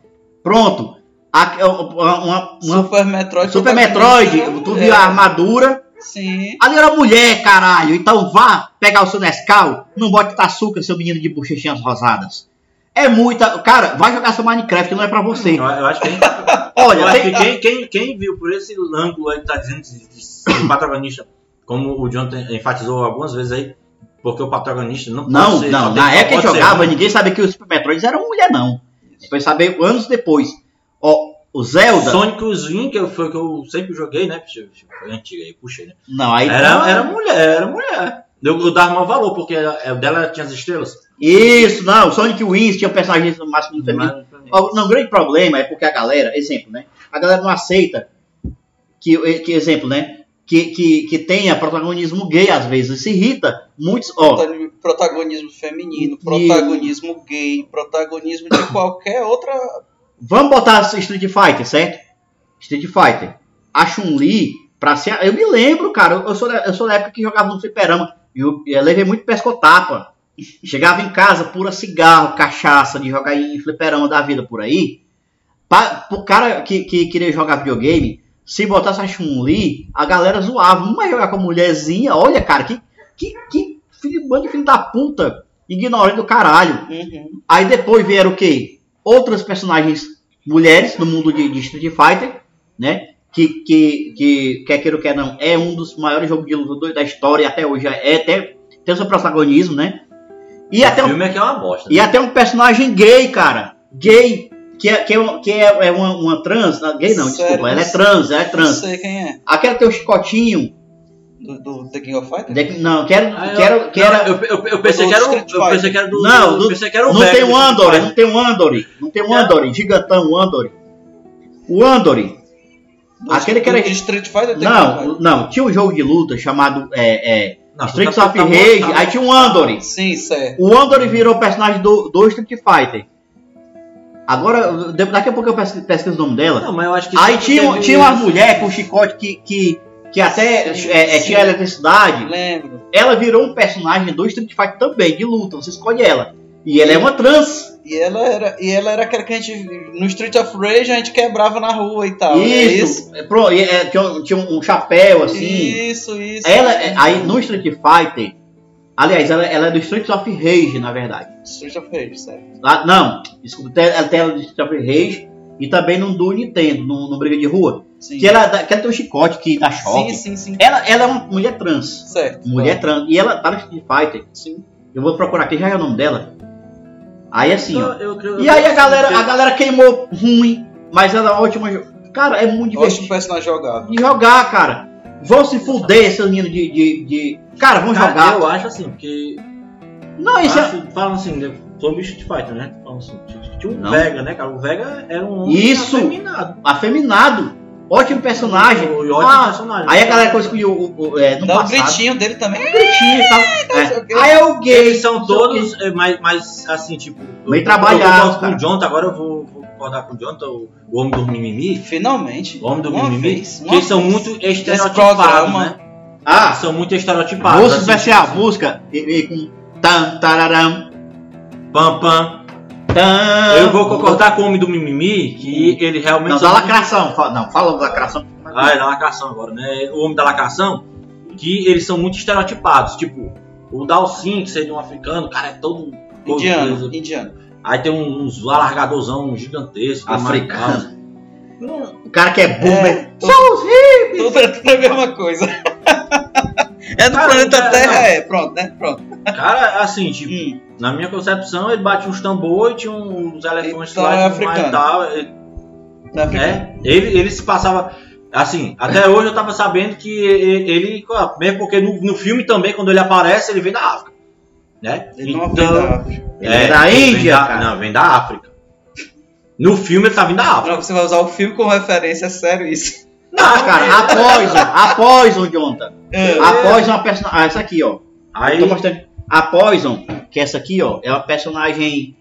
Speaker 2: pronto. A- é, uma- uma- uma-
Speaker 3: Super Metroid.
Speaker 2: Super Metroid,
Speaker 4: né?
Speaker 3: protagonista
Speaker 2: tu
Speaker 3: era
Speaker 2: viu a
Speaker 3: mulher.
Speaker 4: É.
Speaker 2: armadura.
Speaker 3: Sim.
Speaker 2: Ali era mulher, caralho. Então vá pegar o seu Nescau. Não bote açúcar, seu menino de bochechinhas rosadas. É muita. Cara, vai jogar seu Minecraft, não é pra você.
Speaker 4: Eu, eu acho que, eu
Speaker 2: Olha,
Speaker 4: acho
Speaker 2: tem, ah,
Speaker 4: que quem, quem, quem viu por esse ângulo aí que tá dizendo de, de ser protagonista, como o Jonathan enfatizou algumas vezes aí, porque o protagonista não pode
Speaker 2: Não,
Speaker 4: ser, só
Speaker 2: não.
Speaker 4: tem-
Speaker 2: Na
Speaker 4: só
Speaker 2: época que
Speaker 4: pode ser
Speaker 2: jogava,
Speaker 4: um.
Speaker 2: ninguém sabia que os Super Metroids eram mulher, não. Foi saber anos depois. Ó, o Zelda.
Speaker 4: Sonic Swing, É, que eu- foi o que eu sempre joguei, né? Foi antiga aí, puxei, né?
Speaker 2: Não, aí. tá.
Speaker 4: Era, era mulher, era mulher. Eu, eu dava maior valor, porque ela- é, o dela tinha as estrelas.
Speaker 2: Isso, não, o Sonic Wins tinha um personagem máximo feminino. Ó, Não, o grande problema é porque a galera, exemplo, né? A galera não aceita que, que exemplo, né? Que, que, que tenha protagonismo gay às vezes, se irrita. Muitos, ó,
Speaker 3: Protagonismo feminino,
Speaker 2: E-
Speaker 3: protagonismo gay, protagonismo de qualquer outra
Speaker 2: vamos botar Street Fighter, certo? Street Fighter. A Chun-Li, pra ser. Eu me lembro, cara, eu sou da, eu sou da época que jogava no fliperama. E eu, eu levei muito pescotapa. Chegava em casa, pura cigarro, cachaça, de jogar em fliperama da vida por aí. Pra, pro cara que, que queria jogar videogame, se botasse a Chun-Li, a galera zoava. Não vai jogar com a mulherzinha. Olha, cara, que, que, que filho, bando de filho da puta. Ignorante do caralho.
Speaker 3: Uhum.
Speaker 2: Aí depois vieram o quê? Outras personagens mulheres no mundo de, de Street Fighter, né? Que, que, que quer queira ou quer não, é um dos maiores jogos de luta do- da história até hoje. É, até, tem seu protagonismo, né? E
Speaker 4: E
Speaker 2: até
Speaker 4: o
Speaker 2: um,
Speaker 4: filme é que é uma bosta.
Speaker 2: e até um personagem gay, cara. Gay, que é, que é, um- que é, é uma, uma trans. não, Gay não,
Speaker 3: Sério?
Speaker 2: desculpa. Ela é trans, ela é
Speaker 3: Não
Speaker 2: trans.
Speaker 3: sei quem é.
Speaker 2: Aquela tem o chicotinho.
Speaker 3: Do, do The King of Fighters?
Speaker 2: de- Não, quero.
Speaker 4: Ah, eu-
Speaker 2: quero,
Speaker 4: não,
Speaker 2: quero
Speaker 4: eu, eu- eu pensei
Speaker 3: do
Speaker 4: que era o.
Speaker 3: Street
Speaker 4: Eu pensei que era do.
Speaker 2: Não,
Speaker 4: eu pensei que É. era o
Speaker 2: Não
Speaker 4: velho
Speaker 2: tem
Speaker 4: do
Speaker 2: o
Speaker 4: Street
Speaker 2: Andor,
Speaker 4: Fighter.
Speaker 2: não tem o Andor. Não tem um o Andor, gigantão, o Andor. um O Andor.
Speaker 3: Do-
Speaker 2: aquele que
Speaker 3: do
Speaker 2: era-
Speaker 3: Street Fighter? The King of
Speaker 2: Não, não, tinha um jogo de luta chamado é, é,
Speaker 4: Não,
Speaker 2: Streets
Speaker 4: tá- tá-
Speaker 2: of
Speaker 4: tá-
Speaker 2: Rage,
Speaker 4: tá-
Speaker 2: aí tinha o Andor.
Speaker 3: Fighters? Sim, certo.
Speaker 2: O Andor virou personagem do, do Street Fighter. Agora, de- daqui a pouco eu pesqui- pesquiso o nome dela.
Speaker 4: Não, mas eu acho que.
Speaker 2: Aí
Speaker 4: sempre
Speaker 2: tinha, um-
Speaker 4: teve
Speaker 2: tinha uma
Speaker 4: isso. é
Speaker 2: mulher com chicote que, que, que até
Speaker 3: Sim,
Speaker 2: é, é,
Speaker 3: sim.
Speaker 2: tinha eletricidade.
Speaker 3: Lembro.
Speaker 2: Ela virou um personagem do Street Fighter também, de luta. Você escolhe ela. E ela é uma trans.
Speaker 3: E ela era, e ela era aquela que a gente. No Street of Rage a gente quebrava na rua e tal. não é
Speaker 2: Isso. É, pro- e, é, tinha, um- tinha um chapéu assim.
Speaker 3: Isso, isso.
Speaker 2: Ela, é- aí no Street Fighter, aliás, ela, ela é do Street of Rage, na verdade.
Speaker 3: Street of Rage, certo.
Speaker 2: Lá- não, desculpa, te- ela tem ela do Street of Rage e também no do Nintendo, no, no Briga de Rua.
Speaker 3: Sim.
Speaker 2: Que ela, dá- que ela tem um chicote que
Speaker 4: é
Speaker 2: dá
Speaker 3: Sim,
Speaker 2: choque.
Speaker 3: sim, sim.
Speaker 2: Ela, ela é uma mulher trans.
Speaker 3: Certo.
Speaker 2: Mulher trans. E ela tá no Street Fighter.
Speaker 3: Sim.
Speaker 2: Eu vou procurar aqui, já é o nome dela. Aí assim, ó.
Speaker 4: Eu- eu-
Speaker 2: E
Speaker 4: eu-
Speaker 2: aí a galera, a galera queimou ruim, mas ela é ótima. jo- Cara, é muito
Speaker 3: Ótimo
Speaker 2: divertido
Speaker 3: personagem jogável.
Speaker 2: de jogar, cara. Vão se fuder, esses meninos de, de, de- Cara, vão
Speaker 4: Cara,
Speaker 2: jogar.
Speaker 4: Eu acho assim, porque.
Speaker 2: Não, isso é.
Speaker 4: acho- Falam assim, né, sobre Street Fighter, né? Falam assim, tinha- tinha
Speaker 2: Não.
Speaker 4: o Vega, né, cara? O Vega era um homem
Speaker 2: Isso.
Speaker 4: afeminado.
Speaker 2: Afeminado. Ótimo personagem.
Speaker 4: E ótimo um
Speaker 2: Ah,
Speaker 4: personagem.
Speaker 2: Aí a galera conseguiu o, o, é, no
Speaker 3: Dá o
Speaker 2: passado.
Speaker 3: gritinho dele também.
Speaker 2: gritinho e tal.
Speaker 4: tá
Speaker 3: não sei o quê.
Speaker 2: É. Aí é o gay.
Speaker 4: Eles são
Speaker 2: não sei o quê.
Speaker 4: todos é, mais, mais, assim, tipo.
Speaker 2: Meio
Speaker 4: eu-
Speaker 2: trabalhado,
Speaker 4: Eu concordo com
Speaker 2: cara.
Speaker 4: o Jonathan, agora eu vou, vou concordar com o Jonathan, o, o homem do mimimi.
Speaker 3: Finalmente.
Speaker 4: O homem do
Speaker 3: Uma
Speaker 4: mimimi.
Speaker 3: vez, uma
Speaker 4: que eles são
Speaker 3: vez.
Speaker 4: muito estereotipados,
Speaker 3: programa.
Speaker 4: né? Eles
Speaker 2: Ah,
Speaker 4: São muito estereotipados.
Speaker 2: música
Speaker 4: assim,
Speaker 2: especial, música. E, e com. Tam, tararam,
Speaker 4: Pam, pam.
Speaker 2: tam.
Speaker 4: Eu vou concordar com o homem do mimimi, que ele realmente.
Speaker 2: Não, da lacração. Fala- Não, fala da lacração.
Speaker 4: Ah, é da lacração agora, né? O homem da lacração, que eles são muito estereotipados. Tipo, o Dalcin, que seria um africano, o cara é todo. todo
Speaker 3: Indiano,
Speaker 4: preso.
Speaker 3: indiano.
Speaker 4: Aí tem um, uns alargadorzão gigantesco.
Speaker 2: Africano. O cara que é boomer.
Speaker 3: todo- Tudo é a mesma coisa. É do
Speaker 4: Cara,
Speaker 3: planeta
Speaker 4: não,
Speaker 3: Terra,
Speaker 4: não.
Speaker 3: é. Pronto, né? Pronto.
Speaker 4: Cara, assim, tipo,
Speaker 3: Hum,
Speaker 4: na minha concepção, ele bate uns tambor e tinha uns elefantes
Speaker 3: Então
Speaker 4: lá
Speaker 3: é
Speaker 4: de mar
Speaker 3: africano.
Speaker 4: e tal. ele-
Speaker 3: tá ficando.
Speaker 4: né? Ele, ele se passava. Assim, até hoje eu tava sabendo que ele. ele- Mesmo porque no, no filme também, quando ele aparece, ele vem da África. Né?
Speaker 3: Ele não aprende.
Speaker 2: Ele é da
Speaker 4: ele vem
Speaker 2: Índia,
Speaker 4: da-
Speaker 2: cara.
Speaker 4: Não, vem da África. No filme ele tá vindo da África.
Speaker 3: Não, você vai usar o filme como referência, é sério isso.
Speaker 2: Ah, cara, a Poison, a Poison, Jonathan.
Speaker 3: É.
Speaker 2: A Poison é uma personagem. Ah, essa aqui, ó.
Speaker 4: Aí,
Speaker 2: Tô mostrando. A Poison, que é essa aqui, ó, é uma personagem.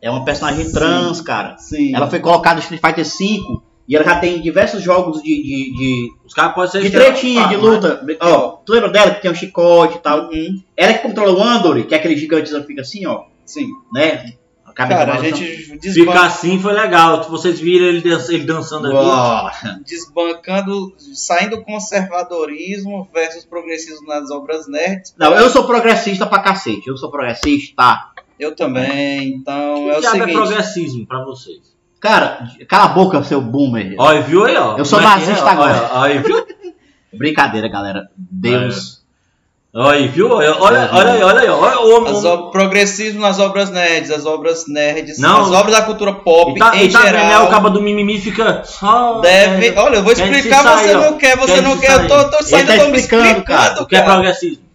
Speaker 2: É uma personagem
Speaker 3: Sim.
Speaker 2: trans, cara.
Speaker 3: Sim.
Speaker 2: Ela foi colocada no Street Fighter V e ela já tem diversos jogos de. de, de-
Speaker 4: os caras podem ser.
Speaker 2: de tretinha, de
Speaker 4: estereotipados,
Speaker 2: luta. Ó, tu lembra dela que tem um chicote e tal?
Speaker 3: Uhum.
Speaker 2: Ela que controla o Andor, que é aquele gigante que fica assim, ó,
Speaker 3: Sim.
Speaker 2: né? A cabeça
Speaker 3: Cara, a
Speaker 2: balançando.
Speaker 3: gente
Speaker 4: né? Ficar
Speaker 3: desbanca,
Speaker 4: assim foi legal. Se vocês viram ele, dan- ele dançando ali.
Speaker 2: Uau.
Speaker 3: desbancando, saindo do conservadorismo versus progressismo nas obras nerds.
Speaker 2: Não, eu sou progressista pra cacete. Eu sou progressista.
Speaker 3: Eu também, então é o
Speaker 4: que diabo é
Speaker 3: seguinte.
Speaker 4: progressismo pra vocês?
Speaker 2: Cara, cala a boca, seu boomer.
Speaker 4: Olha, viu aí, ó.
Speaker 2: Eu sou
Speaker 4: Como é que
Speaker 2: nazista
Speaker 4: Ó,
Speaker 2: agora.
Speaker 4: Ó, aí, viu?
Speaker 2: Brincadeira, galera. Deus.
Speaker 4: Ó, Aí, viu? Olha, olha, olha aí, olha aí, olha o homem.
Speaker 3: As ob- progressismo nas obras nerds, as obras nerds,
Speaker 4: Não.
Speaker 3: as obras da cultura pop
Speaker 4: E tá,
Speaker 3: em
Speaker 4: e tá vendo, né?
Speaker 3: geral.
Speaker 4: O cabo do mimimi fica só. né?
Speaker 3: Deve. Olha, eu vou
Speaker 4: Quer
Speaker 3: explicar,
Speaker 4: se sair,
Speaker 3: você
Speaker 4: ó.
Speaker 3: não quer, você
Speaker 4: Quer
Speaker 3: não
Speaker 4: se
Speaker 3: quer, eu tô,
Speaker 4: sair.
Speaker 3: tô saindo,
Speaker 2: tá
Speaker 3: eu tô me
Speaker 2: explicando,
Speaker 3: explicando,
Speaker 2: cara.
Speaker 3: cara.
Speaker 4: O que é progressismo?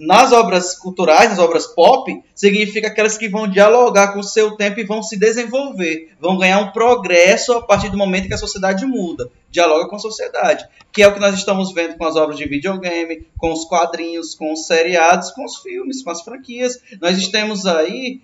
Speaker 3: Nas obras culturais, nas obras pop, significa aquelas que vão dialogar com o seu tempo e vão se desenvolver, vão ganhar um progresso a partir do momento que a sociedade muda, dialoga com a sociedade, que é o que nós estamos vendo com as obras de videogame, com os quadrinhos, com os seriados, com os filmes, com as franquias. Nós temos aí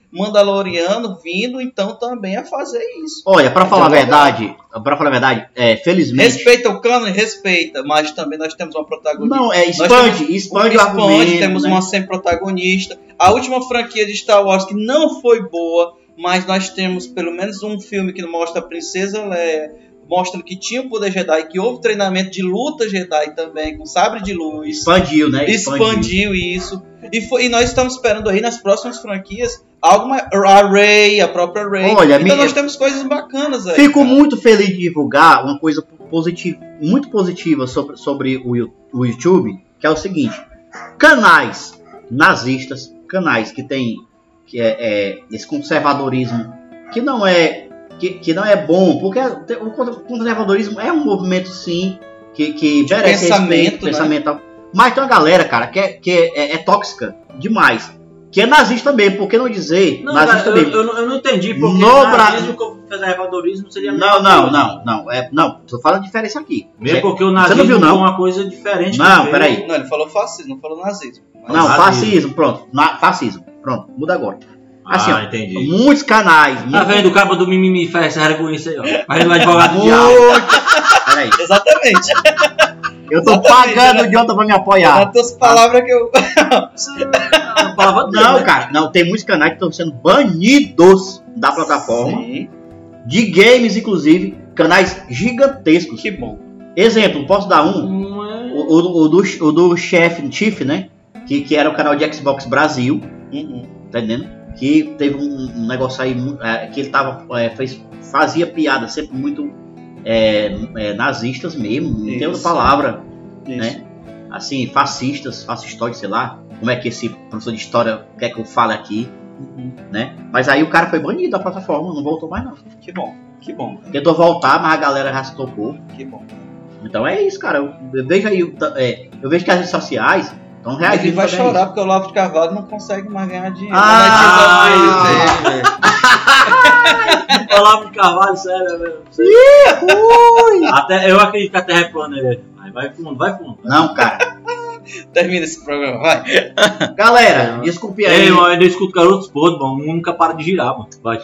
Speaker 3: Mandaloriano vindo, então, também a fazer isso.
Speaker 2: Olha, pra falar a
Speaker 3: Entendeu?
Speaker 2: verdade, pra falar a verdade, é, felizmente.
Speaker 3: Então, Respeita o cano e respeita, mas também nós temos uma protagonista.
Speaker 2: Não, é expande, expande o argumento.
Speaker 3: temos
Speaker 2: né?
Speaker 3: uma semi-protagonista. A última franquia de Star Wars que não foi boa, mas nós temos pelo menos um filme que mostra a princesa Leia, mostra que tinha o poder Jedi, que houve treinamento de luta Jedi também, com sabre de luz.
Speaker 2: Expandiu, né?
Speaker 3: Expandiu isso. E, foi- e nós estamos esperando aí nas próximas franquias algo mais. A Rey, a própria Rey.
Speaker 2: Olha,
Speaker 3: então
Speaker 2: minha-
Speaker 3: nós temos coisas bacanas aí.
Speaker 2: Fico
Speaker 3: cara.
Speaker 2: muito feliz de divulgar uma coisa positiva, muito positiva sobre, sobre o, Yu- o YouTube, que é o seguinte: canais nazistas, canais que tem que é, é, esse conservadorismo que não é que, que não é bom, porque te- o contra- conservadorismo é um movimento sim que, que merece
Speaker 3: pensamento,
Speaker 2: respeito,
Speaker 3: né?
Speaker 2: pensamento, e tal. mas tem uma galera, cara, que é, que é, é tóxica demais, que é nazista mesmo, por que não dizer
Speaker 4: Não,
Speaker 2: nazista
Speaker 4: cara, eu,
Speaker 2: mesmo?
Speaker 4: eu, não- eu não entendi porque
Speaker 2: No
Speaker 4: nazismo com conservadorismo seria a
Speaker 2: Não,
Speaker 4: mesma
Speaker 2: não,
Speaker 4: coisa.
Speaker 2: não, não. É, não, tô falando a diferença aqui.
Speaker 4: Mesmo porque o
Speaker 2: não
Speaker 4: nazismo
Speaker 2: viu, não?
Speaker 4: é uma coisa diferente.
Speaker 2: Não,
Speaker 4: do que-
Speaker 2: peraí.
Speaker 3: Não, ele falou fascismo, não falou nazismo. Mas-
Speaker 2: Não,
Speaker 4: Nazismo.
Speaker 2: fascismo, pronto. Na- fascismo. Pronto, muda agora. Assim,
Speaker 4: ah,
Speaker 2: ó,
Speaker 4: entendi.
Speaker 2: Muitos canais.
Speaker 4: Tá
Speaker 2: Muitos,
Speaker 4: vendo o cabo do mimimi faz essa reconhecer aí, ó. Mas ele é advogado de alma.
Speaker 2: muitos- Peraí.
Speaker 3: Exatamente.
Speaker 2: Eu tô
Speaker 3: Exatamente,
Speaker 2: pagando
Speaker 3: né?
Speaker 2: Tá. o Jonathan pra me apoiar.
Speaker 3: Tantas palavras que eu.
Speaker 4: a palavra dele,
Speaker 2: Não,
Speaker 4: né?
Speaker 2: cara, não. Tem muitos canais que estão sendo banidos da plataforma.
Speaker 3: Sim,
Speaker 2: De games, inclusive. Canais gigantescos.
Speaker 3: que bom.
Speaker 2: Exemplo, posso dar um?
Speaker 4: Mas-
Speaker 2: O, o- o do, o do chefe, Chief, né? Que, que era o canal de Xbox Brasil,
Speaker 3: Uhum.
Speaker 2: tá entendendo? Que teve um, um negócio aí mu- é, que ele tava, é, fez, fazia piada sempre muito é, é, nazistas mesmo, não tem outra
Speaker 3: Isso.
Speaker 2: palavra,
Speaker 3: Isso.
Speaker 2: né? Assim, fascistas, fascistóides, sei lá. Como é que esse professor de história quer que eu fale aqui,
Speaker 3: Uhum.
Speaker 2: né? Mas aí o cara foi banido da plataforma, não voltou mais não.
Speaker 3: Que bom, que bom,
Speaker 2: Tentou voltar, mas a galera já se tocou.
Speaker 3: que bom.
Speaker 2: Então é isso, cara. Eu, eu vejo aí, o ta- é, eu vejo que as redes sociais estão reagindo.
Speaker 3: Ele vai
Speaker 2: também É, a tá
Speaker 3: chorar porque o Olavo de Carvalho não consegue mais ganhar dinheiro.
Speaker 2: Ah!
Speaker 3: é Monetiza o vídeo dele, velho.
Speaker 4: Olavo de Carvalho, sério, velho.
Speaker 2: é
Speaker 4: Até, eu acredito que a Terra é plana, velho. Vai, vai fundo, vai fundo.
Speaker 2: isso. Não, cara.
Speaker 3: Termina esse programa, vai.
Speaker 2: Galera, desculpe aí.
Speaker 4: Ei, mano, eu ainda escuto garotos podres, mano. O mundo nunca para de girar, mano. Vai.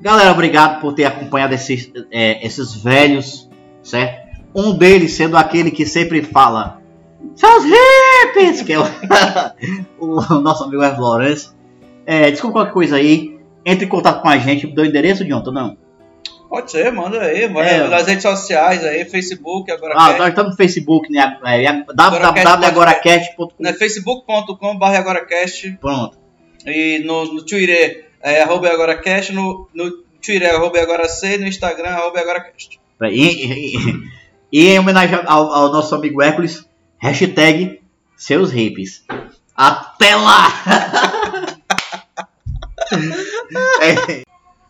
Speaker 2: Galera, obrigado por ter acompanhado esses, é, esses velhos, certo? Um deles sendo aquele que sempre fala São os hippies! Que é o, o nosso amigo Hervé Lourenço. É, desculpa qualquer coisa aí. Entre em contato com a gente. Deu o endereço de ontem, não?
Speaker 3: Pode ser, manda aí, manda
Speaker 2: É.
Speaker 3: nas redes sociais aí, Facebook, agora
Speaker 2: Ah,
Speaker 3: quer.
Speaker 2: nós estamos no Facebook, né? É, é, www.agoracast.com.
Speaker 3: né, facebook.com.br agoracast
Speaker 2: Pronto.
Speaker 3: e no, no Twitter é arroba agoracast, no, no Twitter é arroba agorac, no Instagram é arroba agoracast.
Speaker 2: Né? E, e- e- e em homenagem ao, ao nosso amigo Hércules, hashtag seus hippies. Até lá!